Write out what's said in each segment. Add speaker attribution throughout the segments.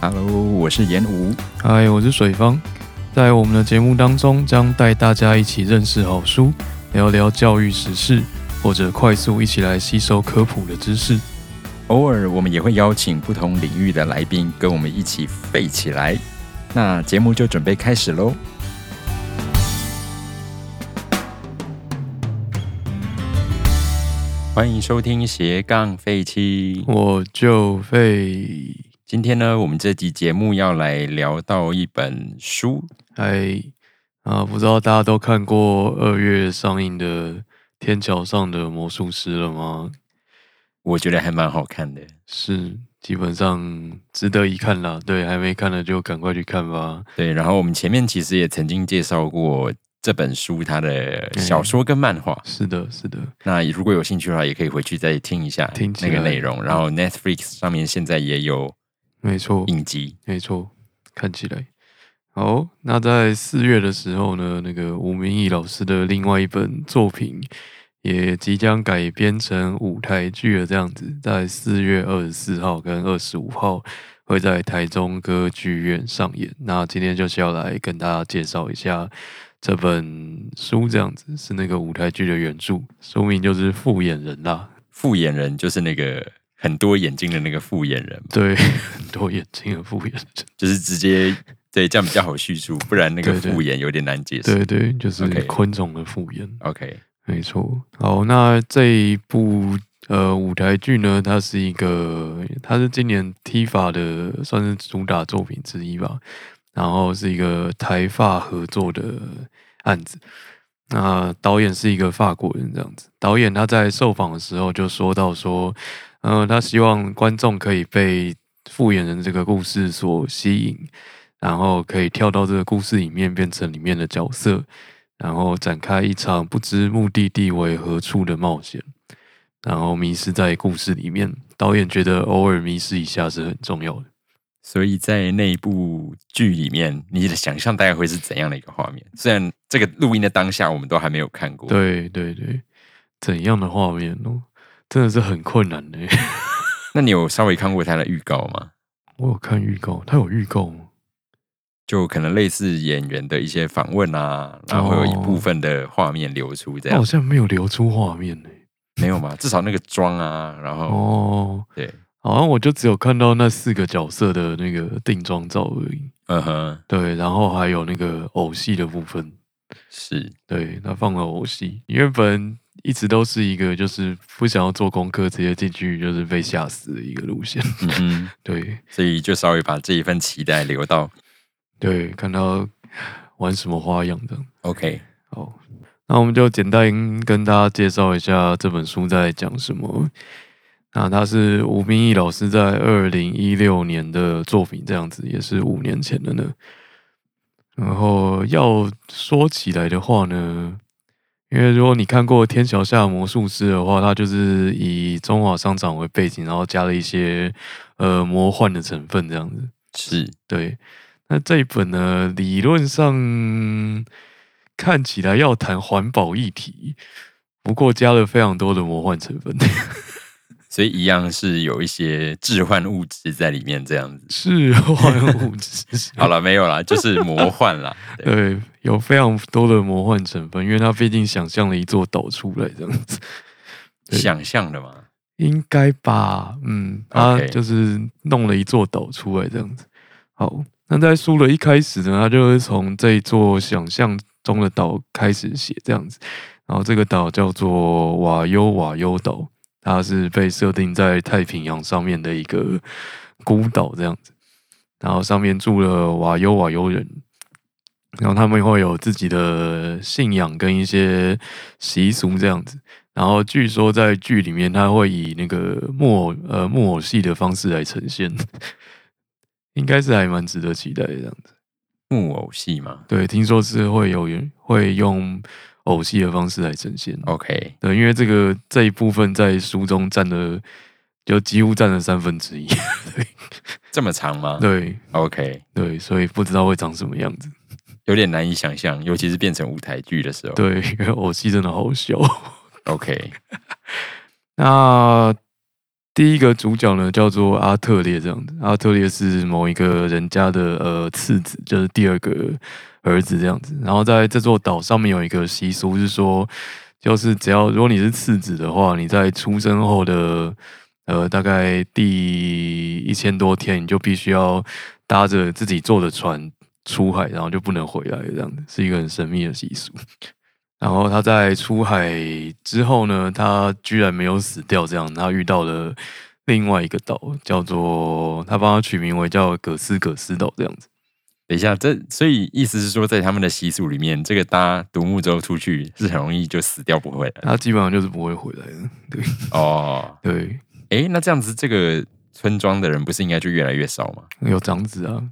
Speaker 1: Hello，我是严吴。
Speaker 2: 嗨，哎我是水方，在我们的节目当中，将带大家一起认识好书，聊聊教育时事，或者快速一起来吸收科普的知识。
Speaker 1: 偶尔我们也会邀请不同领域的来宾跟我们一起废起来。那节目就准备开始喽。欢迎收听斜杠废弃。
Speaker 2: 我就废，
Speaker 1: 今天呢，我们这集节目要来聊到一本书，
Speaker 2: 嗨啊，不知道大家都看过二月上映的《天桥上的魔术师》了吗？
Speaker 1: 我觉得还蛮好看的。
Speaker 2: 是，基本上值得一看啦。对，还没看的就赶快去看吧。
Speaker 1: 对，然后我们前面其实也曾经介绍过这本书它的小说跟漫画。
Speaker 2: 是的，是的，
Speaker 1: 那如果有兴趣的话，也可以回去再听一下
Speaker 2: 听起
Speaker 1: 那
Speaker 2: 来
Speaker 1: 个内容。然后 Netflix 上面现在也有
Speaker 2: 没错。
Speaker 1: 影集，
Speaker 2: 没错，看起来。好，那在四月的时候呢，那个吴明义老师的另外一本作品也即将改编成舞台剧了，这样子，在四月二十四号跟二十五号会在台中歌剧院上演。那今天就是要来跟大家介绍一下这本书，这样子是那个舞台剧的原著，书名就是《复眼人》啦。
Speaker 1: 复眼人就是那个很多眼睛的那个复眼人，
Speaker 2: 对，很多眼睛的复眼人。
Speaker 1: 就是直接对这样比较好叙述，不然那个
Speaker 2: 对对
Speaker 1: 复眼有点难解释。
Speaker 2: 对对，就是
Speaker 1: OK
Speaker 2: 昆虫的复眼。
Speaker 1: OK，
Speaker 2: 没错，好，那这一部呃舞台剧呢，它是一个，它是今年 T 法的算是主打作品之一吧，然后是一个台法合作的案子。那导演是一个法国人，这样子。导演他在受访的时候就说到说，呃，他希望观众可以被复眼人这个故事所吸引，然后可以跳到这个故事里面，变成里面的角色。然后展开一场不知目的地为何处的冒险，然后迷失在故事里面。导演觉得偶尔迷失一下是很重要的。
Speaker 1: 所以在那部剧里面，你的想象大概会是怎样的一个画面？虽然这个录音的当下我们都还没有看过，
Speaker 2: 对对对，怎样的画面哦，真的是很困难的。
Speaker 1: 那你有稍微看过它的预告吗？
Speaker 2: 我有看预告，它有预告吗？
Speaker 1: 就可能类似演员的一些访问啊，然后会
Speaker 2: 哦
Speaker 1: 有一部分的画面流出这
Speaker 2: 它
Speaker 1: 样
Speaker 2: 好，像没有流出画面呢。
Speaker 1: 没有吗？至少那个妆啊，然后
Speaker 2: 哦，
Speaker 1: 对，
Speaker 2: 好像我就只有看到那四个角色的那个定妆照而已。
Speaker 1: 嗯哼，
Speaker 2: 对，然后还有那个偶戏的部分。
Speaker 1: 是
Speaker 2: 对，他放了偶戏，因为本人一直都是一个就是不想要做功课，直接进去就是被吓死的一个路线。
Speaker 1: 嗯哼，
Speaker 2: 对
Speaker 1: 所以就稍微把这一份期待留到
Speaker 2: 对，看他玩什么花样的。
Speaker 1: OK。
Speaker 2: 好，那我们就简单跟大家介绍一下这本书在讲什么。那它是吴明义老师在二零一六年的作品，这样子也是五年前的呢。然后要说起来的话呢，因为如果你看过《天桥下的魔术师》的话，它就是以中华商场为背景，然后加了一些呃魔幻的成分，这样子。
Speaker 1: 是
Speaker 2: 对，那这一本呢，理论上看起来要谈环保议题，不过加了非常多的魔幻成分。
Speaker 1: 所以一样是有一些置换物质在里面，这样子。
Speaker 2: 是幻物质
Speaker 1: 好了，没有 啦，就是魔幻啦。对
Speaker 2: 对，有非常多的魔幻成分，因为它毕竟想象了一座岛出来这样子，对
Speaker 1: 想象的嘛。
Speaker 2: 应该吧？嗯，它
Speaker 1: OK
Speaker 2: 就是弄了一座岛出来这样子。好，那在书的一开始呢，它就是从这一座想象中的岛开始写这样子，然后这个岛叫做瓦尤瓦尤岛，它是被设定在太平洋上面的一个孤岛这样子，然后上面住了瓦尤瓦尤人，然后他们会有自己的信仰跟一些习俗这样子。然后据说在剧里面，他会以那个木偶呃木偶戏的方式来呈现，应该是还蛮值得期待的这样子。
Speaker 1: 木偶戏嘛。
Speaker 2: 对，听说是会有人会用偶戏的方式来呈现。
Speaker 1: OK，
Speaker 2: 对，因为这个这一部分在书中占了，就几乎占了三分之一。
Speaker 1: 这么长吗？
Speaker 2: 对
Speaker 1: OK，
Speaker 2: 对，所以不知道会长什么样子。
Speaker 1: 有点难以想象，尤其是变成舞台剧的时候。
Speaker 2: 对， 因为偶戏真的好小。
Speaker 1: OK，
Speaker 2: 那第一个主角呢叫做阿特烈，这样子。阿特烈是某一个人家的呃次子，就是第二个儿子这样子。然后在这座岛上面有一个习俗是说，就是只要如果你是次子的话，你在出生后的呃大概第一千多天，你就必须要搭着自己坐的船出海，然后就不能回来，这样子是一个很神秘的习俗。然后他在出海之后呢，他居然没有死掉，这样他遇到了另外一个岛，叫做他帮他取名为叫葛斯葛斯岛这样子。
Speaker 1: 等一下，这所以意思是说，在他们的习俗里面，这个搭独木舟出去是很容易就死掉不回来的
Speaker 2: 他基本上就是不会回来的。对
Speaker 1: 哦。
Speaker 2: 对，
Speaker 1: 诶，那这样子，这个村庄的人不是应该就越来越少吗？
Speaker 2: 有长子啊，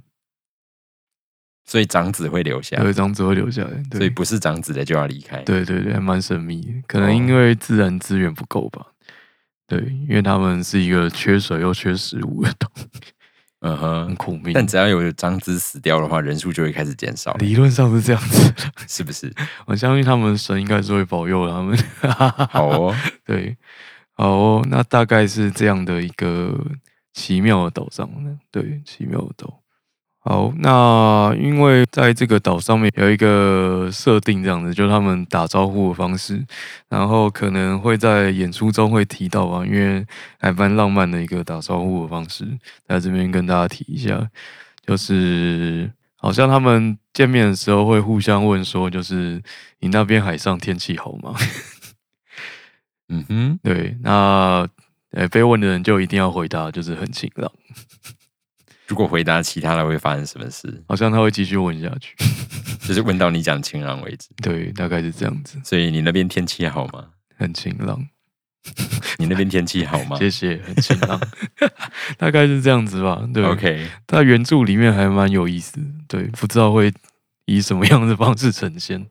Speaker 1: 所以长子会留下，
Speaker 2: 对，长子会留下来。
Speaker 1: 所以
Speaker 2: 对，
Speaker 1: 不是哦长子的就要离开。
Speaker 2: 对对对，还蛮神秘的，可能因为自然资源不够吧。对，因为他们是一个缺水又缺食物的岛，
Speaker 1: 嗯
Speaker 2: 很
Speaker 1: 哼。
Speaker 2: 苦命。
Speaker 1: 但只要有长子死掉的话，人数就会开始减少，
Speaker 2: 理论上是这样子，
Speaker 1: 是不是？
Speaker 2: 我相信他们神应该是会保佑他们。
Speaker 1: 好哦，
Speaker 2: 对，好、哦，那大概是这样的一个奇妙的岛上，对，奇妙的岛。好，那因为在这个岛上面有一个设定，这样子，就是他们打招呼的方式，然后可能会在演出中会提到啊吧，因为还蛮浪漫的一个打招呼的方式，在这边跟大家提一下，就是好像他们见面的时候会互相问说，就是你那边海上天气好吗？
Speaker 1: 嗯哼，
Speaker 2: 对，那呃被问的人就一定要回答，就是很晴朗，
Speaker 1: 如果回答其他的会发生什么事，
Speaker 2: 好像他会继续问下去。
Speaker 1: 就是问到你讲晴朗为止。
Speaker 2: 对，大概是这样子，
Speaker 1: 所以你那边天气好吗？
Speaker 2: 很晴朗，
Speaker 1: 你那边天气好吗
Speaker 2: 谢谢，很晴 朗，大概是这样子吧。对
Speaker 1: ？OK，
Speaker 2: 它原著里面还蛮有意思的，对，不知道会以什么样的方式呈现。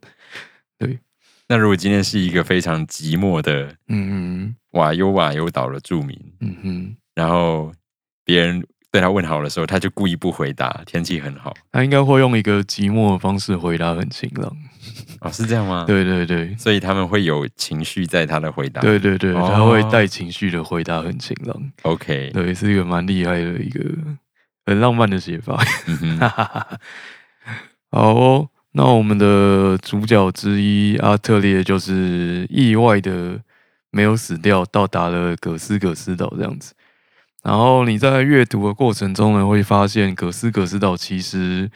Speaker 1: 那如果今天是一个非常寂寞的
Speaker 2: 嗯
Speaker 1: 瓦尤瓦尤岛的住民，
Speaker 2: 嗯嗯，
Speaker 1: 然后别人对他问好的时候，他就故意不回答，天气很好
Speaker 2: 他应该会用一个寂寞的方式回答，很晴朗。
Speaker 1: 哦，是这样吗？，
Speaker 2: 对对对。
Speaker 1: 所以他们会有情绪在他的回答。
Speaker 2: 对对对，
Speaker 1: 哦
Speaker 2: 他会带情绪的回答很晴朗，
Speaker 1: ，OK，
Speaker 2: 对，是一个蛮厉害的一个很浪漫的写 法。
Speaker 1: 嗯哼，
Speaker 2: 哈 哈哈，好哦，那我们的主角之一阿特烈就是意外的没有死掉，到达了葛斯葛斯岛这样子。然后你在阅读的过程中呢，会发现葛斯葛斯岛其实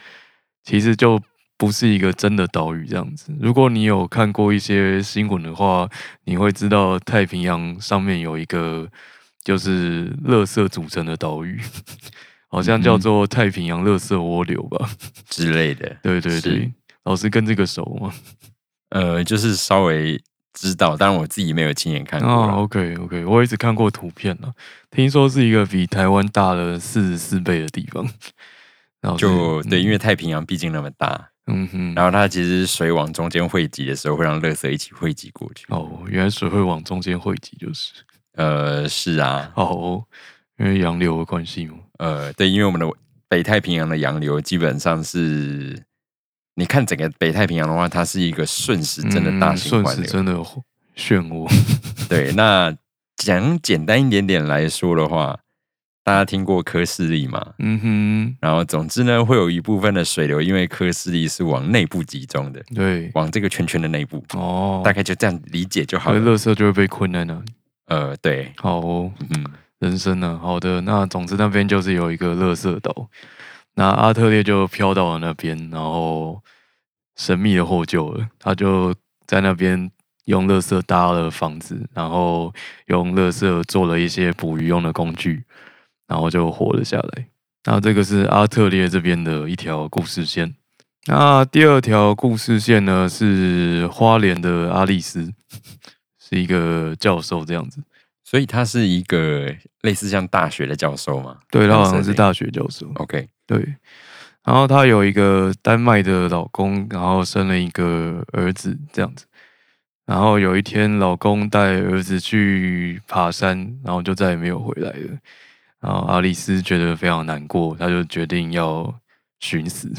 Speaker 2: 其实就不是一个真的岛屿这样子。如果你有看过一些新闻的话，你会知道太平洋上面有一个就是垃圾组成的岛屿，好像叫做太平洋垃圾涡流吧？
Speaker 1: 之类的，
Speaker 2: 对对
Speaker 1: 是
Speaker 2: 对，老师跟这个熟吗？
Speaker 1: 呃，就是稍微知道，但我自己没有亲眼看过啦。
Speaker 2: 哦，OK OK，我也只看过图片了，听说是一个比台湾大了四十四倍的地方。然后是
Speaker 1: 就对，因
Speaker 2: 嗯
Speaker 1: 为太平洋毕竟那么大，
Speaker 2: 嗯哼，
Speaker 1: 然后它其实水往中间汇集的时候，会让垃圾一起汇集过去。
Speaker 2: 哦，原来水会往中间汇集，就是
Speaker 1: 呃，是啊，
Speaker 2: 哦哦，因为洋流的关系嘛。
Speaker 1: 呃，对，因为我们的北太平洋的洋流基本上是，你看整个北太平洋的话，它是一个顺时针的大
Speaker 2: 嗯
Speaker 1: 型
Speaker 2: 顺
Speaker 1: 环
Speaker 2: 时
Speaker 1: 流。
Speaker 2: 针的漩涡。
Speaker 1: 对，那讲简单一点点来说的话，大家听过科氏力嘛？
Speaker 2: 嗯
Speaker 1: 然后总之呢，会有一部分的水流，因为科氏力是往内部集中的，
Speaker 2: 哼，对，
Speaker 1: 往这个圈圈的内部，
Speaker 2: 哦，
Speaker 1: 大概就这样理解就好
Speaker 2: 所以
Speaker 1: 了。
Speaker 2: 垃圾就会被困在那里。
Speaker 1: 呃，对，
Speaker 2: 好哦，
Speaker 1: 嗯哼。
Speaker 2: 人生呢？好的，那总之那边就是有一个垃圾岛，那阿特烈就飘到了那边，然后神秘的获救了。他就在那边用垃圾搭了房子，然后用垃圾做了一些捕鱼用的工具，然后就活了下来。那这个是阿特烈这边的一条故事线。那第二条故事线呢是花莲的阿丽斯，是一个教授这样子。
Speaker 1: 所以他是一个类似像大学的教授嘛？
Speaker 2: 对，他好像
Speaker 1: 设
Speaker 2: 是
Speaker 1: 定
Speaker 2: 大学教授。
Speaker 1: OK，
Speaker 2: 对，然后她有一个丹麦的老公，然后生了一个儿子这样子。然后有一天，老公带儿子去爬山，然后就再也没有回来了。然后阿丽丝觉得非常难过，她就 决定要寻死，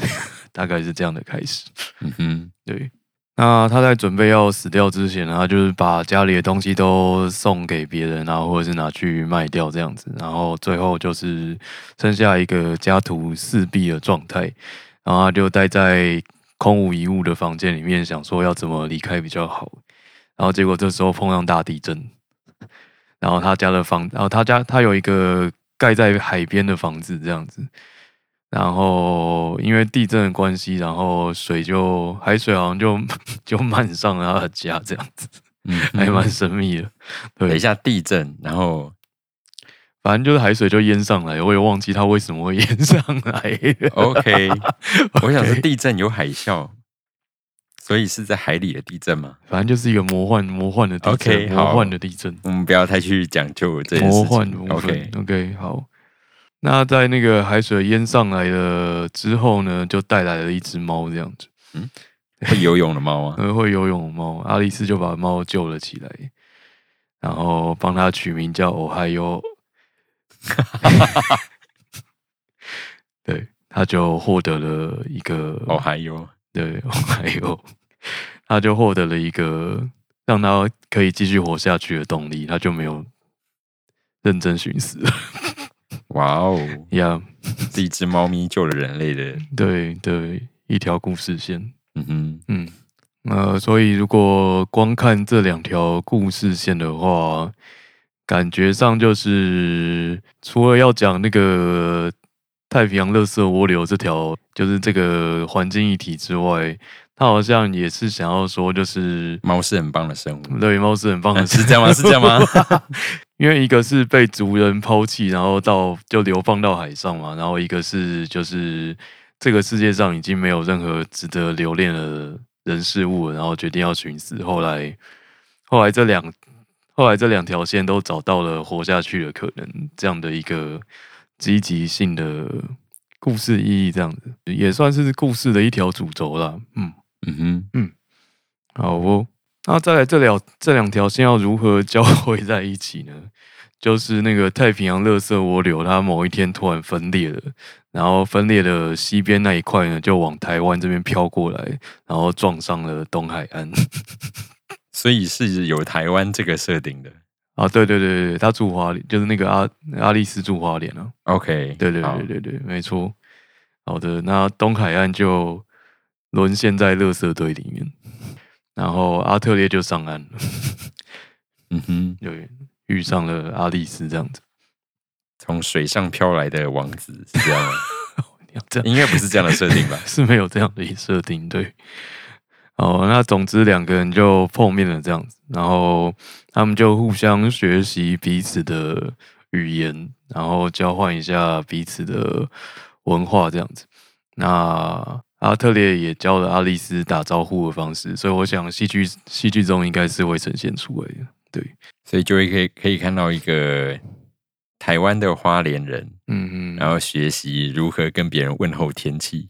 Speaker 2: 大概是这样的开始。
Speaker 1: 嗯哼，
Speaker 2: 对，那他在准备要死掉之前呢，啊他就是把家里的东西都送给别人啊，或者是拿去卖掉这样子，然后最后就是剩下一个家徒四壁的状态，然后他就待在空无一物的房间里面，想说要怎么离开比较好，然后结果这时候碰上大地震，然后他家的房，然后他家他有一个盖在海边的房子这样子，然后因为地震的关系，然后水就海水好像就 就漫上了他的家，这样子
Speaker 1: 嗯，
Speaker 2: 还蛮神秘的。
Speaker 1: 等一
Speaker 2: 对，
Speaker 1: 下地震，然 后
Speaker 2: 反正就是海水就淹上来，我也忘记他为什么会 淹上来。
Speaker 1: OK，我想
Speaker 2: OK
Speaker 1: 是地震有海啸，所以是在海里的地震吗？
Speaker 2: 反正就是一个魔幻魔幻的地震
Speaker 1: OK，
Speaker 2: 魔
Speaker 1: 好
Speaker 2: 幻的地震。
Speaker 1: 我们不要太去讲究这件
Speaker 2: 魔
Speaker 1: 事
Speaker 2: 幻
Speaker 1: 情。
Speaker 2: 部
Speaker 1: OK，
Speaker 2: 分。OK，好。那在那个海水淹上来了之后呢，就带来了一只猫这样子，
Speaker 1: 会游泳的猫啊，
Speaker 2: 呃，会游泳的猫阿丽丝就把猫救了起来，然后帮它取名叫哦嗨哟，对，它就获得了一个
Speaker 1: 哦还有，
Speaker 2: 对，还 有，他就获得了一个让他可以继续活下去的动力，他就没有认真寻死 了。
Speaker 1: 哇哦，
Speaker 2: 呀、
Speaker 1: 是一只猫咪救了人类的，
Speaker 2: 对对，一条故事线。
Speaker 1: 嗯哼，
Speaker 2: 嗯，呃，所以如果光看这两条故事线的话，感觉上就是除了要讲那个太平洋垃圾涡流这条，就是这个环境议题之外，他好像也是想要说，就是
Speaker 1: 猫是很棒的生物，
Speaker 2: 乐于猫是很 棒的
Speaker 1: 是这样吗？是这样吗？
Speaker 2: 因为一个是被族人抛弃，然后到就流放到海上嘛，然后一个是就是这个世界上已经没有任何值得留恋的人事物了，然后决定要寻死。后来，后来这两后来这两条线都找到了活下去的可能，这样的一个积极性的故事意义，这样子也算是故事的一条主轴啦。嗯，
Speaker 1: 嗯哼，
Speaker 2: 好哦，那再来这两这两条线要如何交汇在一起呢？ 就是那个太平洋垃圾涡流，它某一天突然分裂了，然后分裂的西边那一块呢，就往台湾这边飘过来，然后撞上了东海岸。
Speaker 1: 所以是有台湾这个设定的。
Speaker 2: 啊，对对对对，他住花莲，就是那个阿阿丽斯住花莲啊。
Speaker 1: OK，
Speaker 2: 对对
Speaker 1: 好
Speaker 2: 对对对，没错。好的，那东海岸就沦陷在垃圾堆里面，然后阿特烈就上岸了。
Speaker 1: 嗯哼，
Speaker 2: 有遇上了阿丽丝这样子，
Speaker 1: 从水上飘来的王子是这样吗？
Speaker 2: 你要这样
Speaker 1: 应该不是这样的设定吧？
Speaker 2: 是没有这样的一设定对。哦，那总之两个人就碰面了这样子，然后他们就互相学习彼此的语言，然后交换一下彼此的文化这样子。那阿特烈也教了阿丽丝打招呼的方式，所以我想戏剧戏剧中应该是会呈现出来的。对，
Speaker 1: 所以就会可以可以看到一个台湾的花莲人，
Speaker 2: 嗯
Speaker 1: 然
Speaker 2: 嗯，
Speaker 1: 后学习如何跟别人问候天气，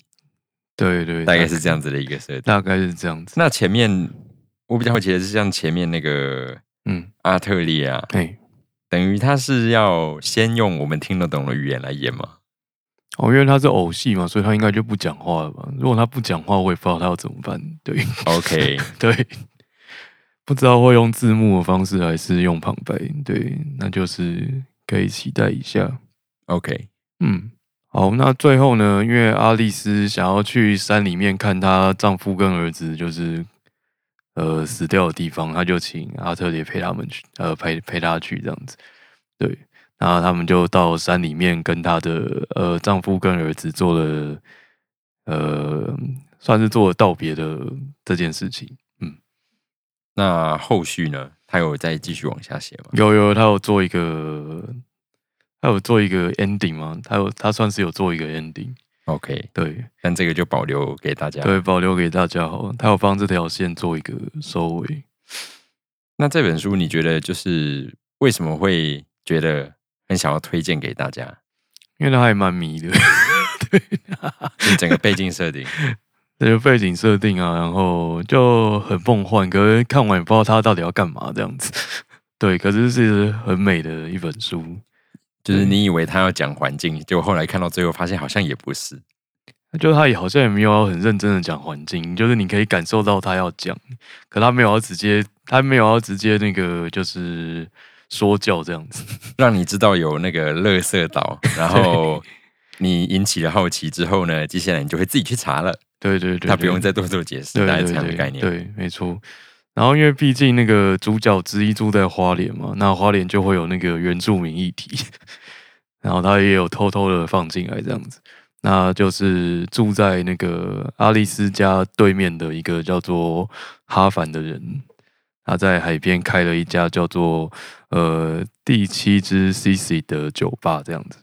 Speaker 2: 对对，
Speaker 1: 大概是这样子的一个设定。
Speaker 2: 大概是这样子。
Speaker 1: 那前面我比较好奇的是，像前面那个
Speaker 2: 嗯，
Speaker 1: 阿特利啊，
Speaker 2: 哎，
Speaker 1: 等于他是要先用我们听得懂的语言来演嘛？
Speaker 2: 哦，因为他是偶戏嘛，所以他应该就不讲话了吧？如果他不讲话，我也不知道他要怎么办。对
Speaker 1: OK，
Speaker 2: 对，不知道会用字幕的方式还是用旁白。对，那就是可以期待一下。
Speaker 1: OK，
Speaker 2: 嗯，好，那最后呢，因为阿丽丝想要去山里面看她丈夫跟儿子，就是呃死掉的地方，她就请阿特烈陪他们去，呃陪陪她去这样子。对，那他们就到山里面跟她的呃丈夫跟儿子做了呃算是做了道别的这件事情。
Speaker 1: 那后续呢？他有再继续往下写吗？
Speaker 2: 有有，他有做一个，他有做一个 ending 吗？他有他算是有做一个 ending。
Speaker 1: OK，
Speaker 2: 对，
Speaker 1: 但这个就保留给大家。
Speaker 2: 对，保留给大家好了。他有帮这条线做一个收尾。
Speaker 1: 那这本书你觉得就是为什么会觉得很想要推荐给大家？
Speaker 2: 因为他还蛮迷的，
Speaker 1: 就整个背景设定，
Speaker 2: 那个背景设定啊，然后就很梦幻，可是看完也不知道他到底要干嘛这样子。 对，可是是很美的一本书。
Speaker 1: 就是你以为他要讲环境，结果后来看到最后发现好像也不是。
Speaker 2: 就他也好像也没有要很认真的讲环境，就是你可以感受到他要讲，可他没有要直接，他没有要直接那个就是说教这样子。
Speaker 1: 让你知道有那个垃圾 岛，然后你引起了好奇之后呢，接下来你就会自己去查了，
Speaker 2: 对对对，
Speaker 1: 他不
Speaker 2: 对
Speaker 1: 用再多做解释，
Speaker 2: 对
Speaker 1: 大概
Speaker 2: 对
Speaker 1: 这样
Speaker 2: 对
Speaker 1: 的概念。
Speaker 2: 对，没错。然后因为毕竟那个主角之一住在花莲嘛，那花莲就会有那个原住民议题， 然后他也有偷偷的放进来这样子。那就是住在那个阿丽斯家对面的一个叫做哈凡的人，他在海边开了一家叫做呃第七支 CC 的酒吧这样子。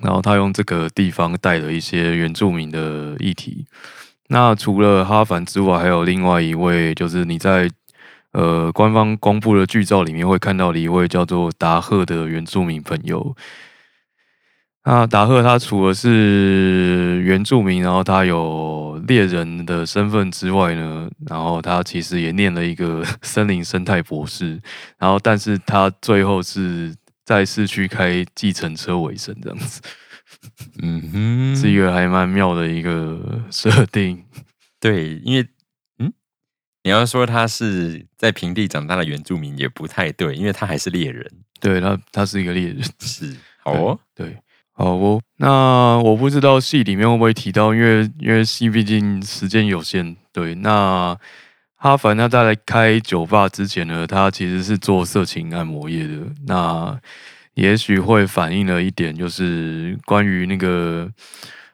Speaker 2: 然后他用这个地方带了一些原住民的议题，那除了哈凡之外，还有另外一位，就是你在呃官方公布的剧照里面会看到的一位叫做达赫的原住民朋友。那达赫他除了是原住民，然后他有猎人的身份之外呢，然后他其实也念了一个 森林生态博士，然后但是他最后是在市区开计程车为生，这样子
Speaker 1: 嗯哼，
Speaker 2: 是一个还蛮妙的一个设定。
Speaker 1: 对，因为嗯，你要说他是在平地长大的原住民也不太对，因为他还是猎人。
Speaker 2: 对他，他是一个猎人。
Speaker 1: 是，好哦，
Speaker 2: 对，好哦。那我不知道戏里面会不会提到，因为因为戏毕竟时间有限。对，那哈凡他在来开酒吧之前呢，他其实是做色情按摩业的。那也许会反映了一点，就是关于那个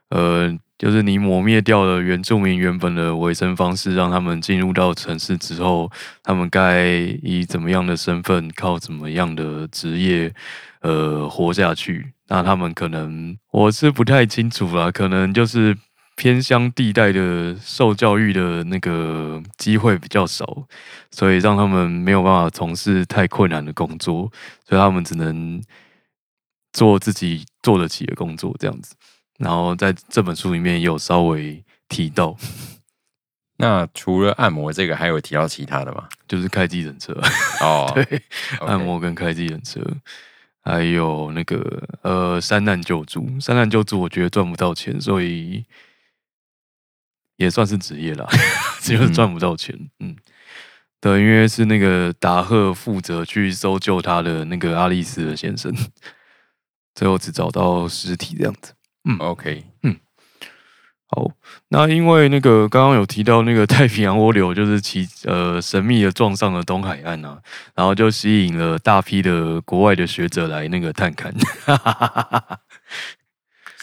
Speaker 2: 呃。就是你抹灭掉了原住民原本的维生方式，让他们进入到城市之后，他们该以怎么样的身份，靠怎么样的职业，呃，活下去。那他们可能我是不太清楚啦，可能就是偏乡地带的受教育的那个机会比较少，所以让他们没有办法从事太困难的工作，所以他们只能做自己做得起的工作这样子。然后在这本书里面也有稍微提到，
Speaker 1: 那除了按摩这个，还有提到其他的 吗？
Speaker 2: 就是开计程车。
Speaker 1: 哦，
Speaker 2: 对
Speaker 1: OK
Speaker 2: 按摩跟开计程车，还有那个呃山难救助，山难救助我觉得赚不到钱，所以也算是职业啦，就是赚不到钱，嗯。对，因为是那个达赫负责去搜救他的那个阿丽斯的先生， 最后只找到尸体这样子。
Speaker 1: ，OK，
Speaker 2: 好，那因为那个刚刚有提到那个太平洋涡流，就是其呃神秘的撞上了东海岸啊，然后就吸引了大批的国外的学者来那个探勘，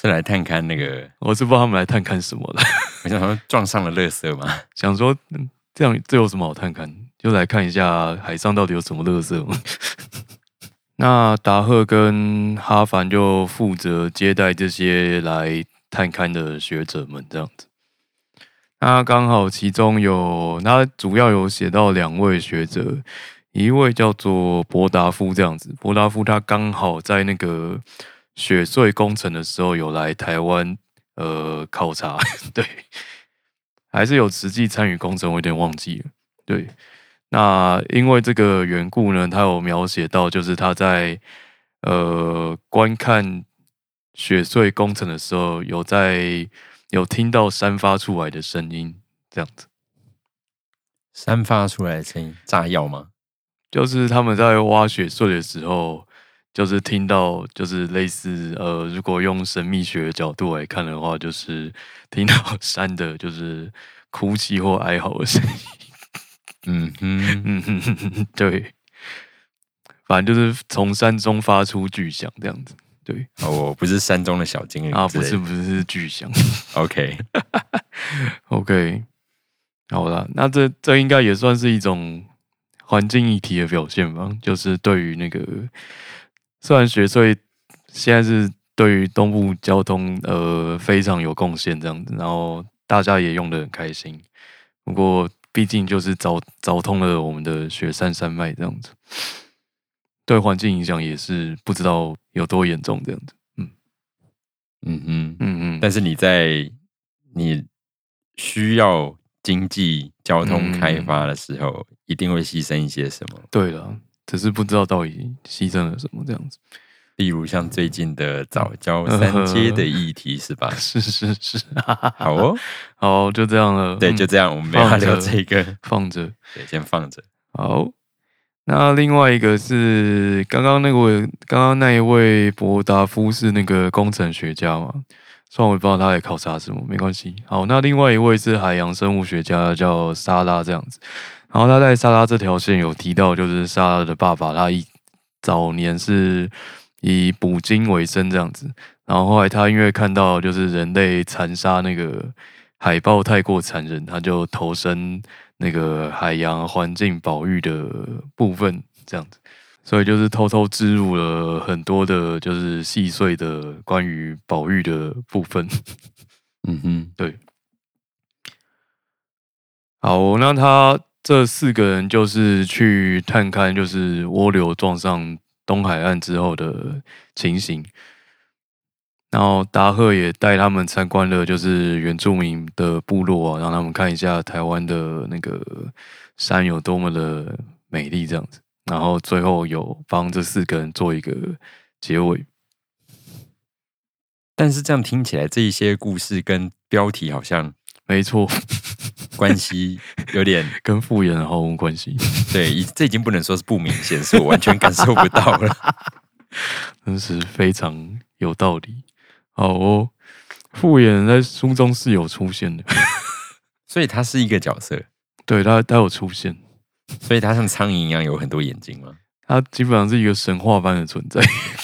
Speaker 1: 是来探勘那个，
Speaker 2: 我是不知道他们来探勘什么了，
Speaker 1: 我想说撞上了垃圾 嘛，
Speaker 2: 想说、嗯这样这有什么好探勘？就来看一下海上到底有什么乐色嘛。那达赫跟哈凡就负责接待这些来探勘的学者们，这样子。那刚好其中有，那主要有写到两位学者，一位叫做博达夫这样子。博达夫他刚好在那个雪隧工程的时候有来台湾，呃，考察， 对，还是有实际参与工程，我有点忘记了，对。那因为这个缘故呢，他有描写到，就是他在呃观看雪隧工程的时候，有在有听到山发出来的声音，这样子，
Speaker 1: 散发出来的声音，炸药吗？
Speaker 2: 就是他们在挖雪隧的时候，就是听到就是类似呃，如果用神秘学的角度来看的话，就是听到 山的就是哭泣或哀嚎的声音。
Speaker 1: 嗯哼，
Speaker 2: 嗯哼哼哼，哼 对，反正就是从山中发出巨响这样子。对
Speaker 1: 哦，我不是山中的小精灵
Speaker 2: 啊，
Speaker 1: 之
Speaker 2: 不
Speaker 1: 类
Speaker 2: 是
Speaker 1: 的
Speaker 2: 不是是巨响。
Speaker 1: ，OK，
Speaker 2: OK，好啦，那这这应该也算是一种环境议题的表现吧，就是对于那个虽然雪隧现在是对于东部交通呃非常有贡献这样子，然后大家也用的很开心，不过毕竟就是凿凿通了我们的雪山山脉这样子，对环境影响也是不知道有多严重这样子。
Speaker 1: 嗯哼，
Speaker 2: 嗯嗯，
Speaker 1: 但是你在你需要经济交通开发的时候，一定会牺牲一些什么？
Speaker 2: 对了，只是不知道到底牺牲了什么这样子。
Speaker 1: 例如像最近的早教三阶的议题是吧？
Speaker 2: 是是是，哈哈
Speaker 1: 好哦，
Speaker 2: 好，就这样了。
Speaker 1: 对，
Speaker 2: 嗯
Speaker 1: 就这样，我们没有要
Speaker 2: 放着
Speaker 1: 聊这个，
Speaker 2: 放着。
Speaker 1: 对，先放着。
Speaker 2: 好，那另外一个是刚刚那位，刚刚那一位博达夫是那个工程学家嘛？虽然我也不知道他在考察什么，没关系。好，那另外一位是海洋生物学家，叫莎拉这样子。然后他在莎拉这条线有提到，就是莎拉的爸爸，他一早年是以捕鲸为生这样子，然后后来他因为看到就是人类残杀那个海豹太过残忍，他就投身那个海洋环境保育的部分这样子，所以就是偷偷植入了很多的，就是细碎的关于保育的部分。
Speaker 1: 嗯哼，
Speaker 2: 好，那他这四个人就是去探勘，就是涡流撞上东海岸之后的情形。然后达赫也带他们参观了，就是原住民的部落啊，让他们看一下台湾的那个山有多么的美丽，这样子。然后最后有帮这四个人做一个结尾。
Speaker 1: 但是这样听起来，这一些故事跟标题好像
Speaker 2: 没错，
Speaker 1: 关系有点
Speaker 2: 跟复原毫无关系，
Speaker 1: 对，已这已经不能说是不明显，是我完全感受不到了。
Speaker 2: 真是非常有道理。好哦，复眼在书中是有出现的，
Speaker 1: 所以他是一个角色，
Speaker 2: 对他，他有出现，
Speaker 1: 所以他像苍蝇一样有很多眼睛吗？
Speaker 2: 他基本上是一个神话般的存在。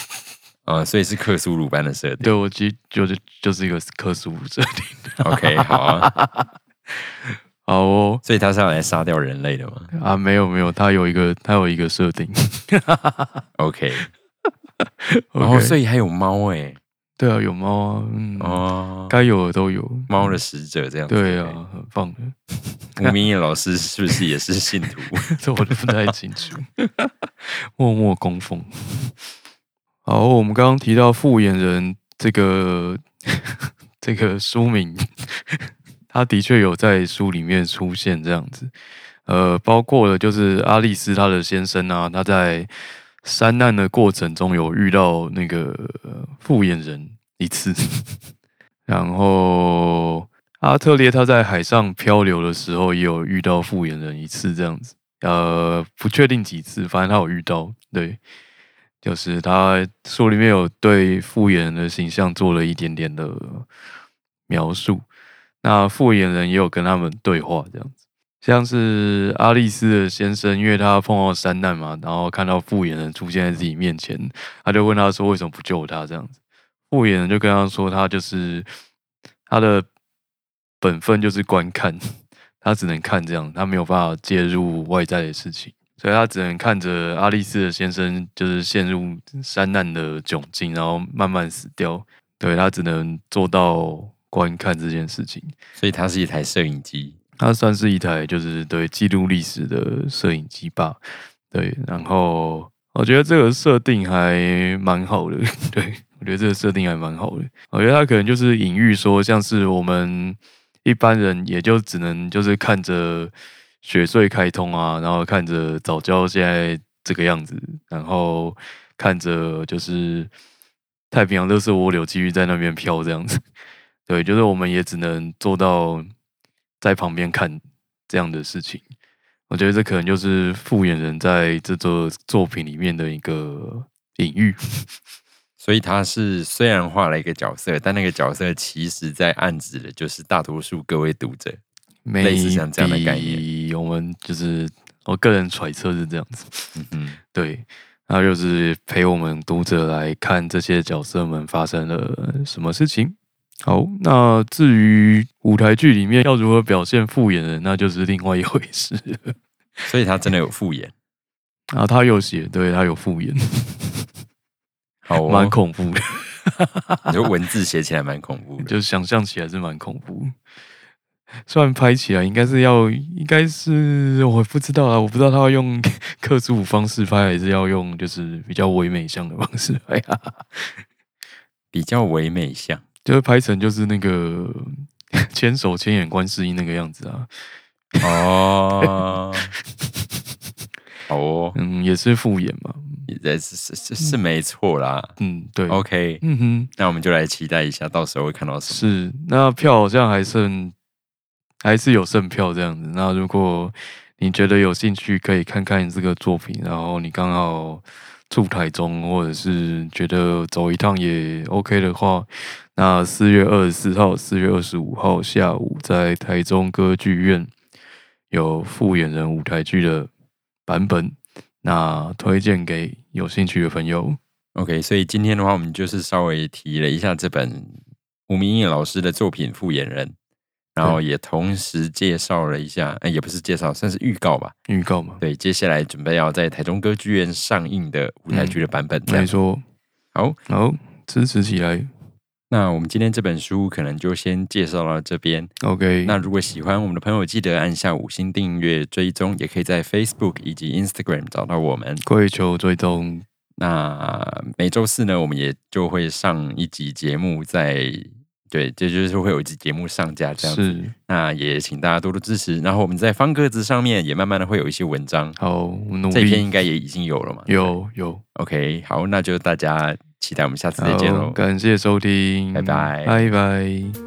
Speaker 1: 啊、所以是克苏鲁般的设定。
Speaker 2: 对我其实就是就是一个科苏鲁设定。
Speaker 1: OK，好啊。
Speaker 2: 好哦，
Speaker 1: 所以他是要来杀掉人类的吗
Speaker 2: 啊，没有没有，他有一个他有一个设定。
Speaker 1: ？OK，然
Speaker 2: OK，、
Speaker 1: 后所以还有猫哎、
Speaker 2: 对啊，有猫啊，嗯，
Speaker 1: 哦，
Speaker 2: 该有的都有。
Speaker 1: 猫的使者这样子。
Speaker 2: 对啊，很棒的，
Speaker 1: OK，吴明业老师是不是也是信徒？
Speaker 2: 这我都不太清楚， 默默供奉。好，我们刚刚提到复眼人这个 这个书名， 他的确有在书里面出现这样子。呃，包括了就是阿丽斯她的先生啊，他在山难的过程中有遇到那个呃复眼人一次， 然后阿特烈他在海上漂流的时候也有遇到复眼人一次这样子。呃，不确定几次，反正他有遇到，对，就是他书里面有对复眼人的形象做了一点点的描述。那复眼人也有跟他们对话，这样子，像是阿丽丝的先生，因为他碰到山难嘛，然后看到复眼人出现在自己面前，他就问他说为什么不救他这样子，复眼人就跟他说他就是他的本分就是观看。他只能看这样，他没有办法介入外在的事情，所以他只能看着阿丽丝的先生就是陷入山难的窘境，然后慢慢死掉。对他只能做到观看这件事情。
Speaker 1: 所以他是一台摄影机。
Speaker 2: 它算是一台就是对记录历史的摄影机吧。对，然后我觉得这个设定还蛮好的， 对我觉得这个设定还蛮好的。我觉得它可能就是隐喻说，像是我们一般人也就只能就是看着雪穗开通啊，然后看着早教现在这个样子，然后看着就是太平洋热色涡流继续在那边飘这样子。 对，就是我们也只能做到在旁边看这样的事情。我觉得这可能就是复原人在这座作品里面的一个隐喻。
Speaker 1: 所以他是虽然画了一个角色，但那个角色其实在暗指的就是大多数各位读者。类似像这样的概念
Speaker 2: Maybe 我们就是我个人揣测是这样子，
Speaker 1: 嗯哼，
Speaker 2: 对，那就是陪我们读者来看这些角色们发生了什么事情。好，那至于舞台剧里面要如何表现复原人，那就是另外一回事了。
Speaker 1: 所以他真的有复 眼，
Speaker 2: 啊，他有写，对他有复 原，
Speaker 1: 好、 哦，
Speaker 2: 蛮恐怖的，
Speaker 1: 你说文字写起来蛮恐怖的，
Speaker 2: 就想象起来是蛮恐怖。虽然拍起来应该是要，应该是我不知道啊，我不知道他要用 克苏鲁方式拍，还是要用就是比较唯美向的方式拍啊，
Speaker 1: 比较唯美像。
Speaker 2: 就是拍成就是那个千手千眼观世音那个样子啊。
Speaker 1: 哦，好哦，
Speaker 2: 嗯，也是复演嘛，
Speaker 1: 也是是是是没错啦。
Speaker 2: 嗯，对
Speaker 1: OK，
Speaker 2: 嗯哼，
Speaker 1: 那我们就来期待一下，到时候会看到什么。
Speaker 2: 是，那票好像还剩，还是有剩票这样子。那如果你觉得有兴趣，可以看看这个作品，然后你刚好住台中，或者是觉得走一趟也 OK 的话，那四月二十四号、四月二十五号下午在台中歌剧院有复演人舞台剧的版本，那推荐给有兴趣的朋友。
Speaker 1: OK，所以今天的话，我们就是稍微提了一下这本吴明义老师的作品《复眼人》，然后也同时介绍了一下，呃，也不是介绍，算是预告吧。
Speaker 2: 预告嘛，
Speaker 1: 对，接下来准备要在台中歌剧院上映的舞台剧的版本。这样
Speaker 2: 没错，
Speaker 1: 好，
Speaker 2: 好支持起来。
Speaker 1: 那我们今天这本书可能就先介绍到这边。
Speaker 2: OK，
Speaker 1: 那如果喜欢我们的朋友，记得按下五星订阅追踪，也可以在 Facebook 以及 Instagram 找到我们。
Speaker 2: 跪求追踪，
Speaker 1: 那每周四呢，我们也就会上一集节目在，对，这就是会有一集节目上架这样子。
Speaker 2: 是
Speaker 1: 那也请大家多多支持。然后我们在方格子上面也慢慢的会有一些文章，
Speaker 2: 好我努
Speaker 1: 这一篇应
Speaker 2: 力，
Speaker 1: 该也已经有了嘛。
Speaker 2: 有有，
Speaker 1: OK，好，那就大家期待我们下次再见
Speaker 2: 好，
Speaker 1: 喽。
Speaker 2: 感谢收听，
Speaker 1: 拜拜
Speaker 2: 拜拜。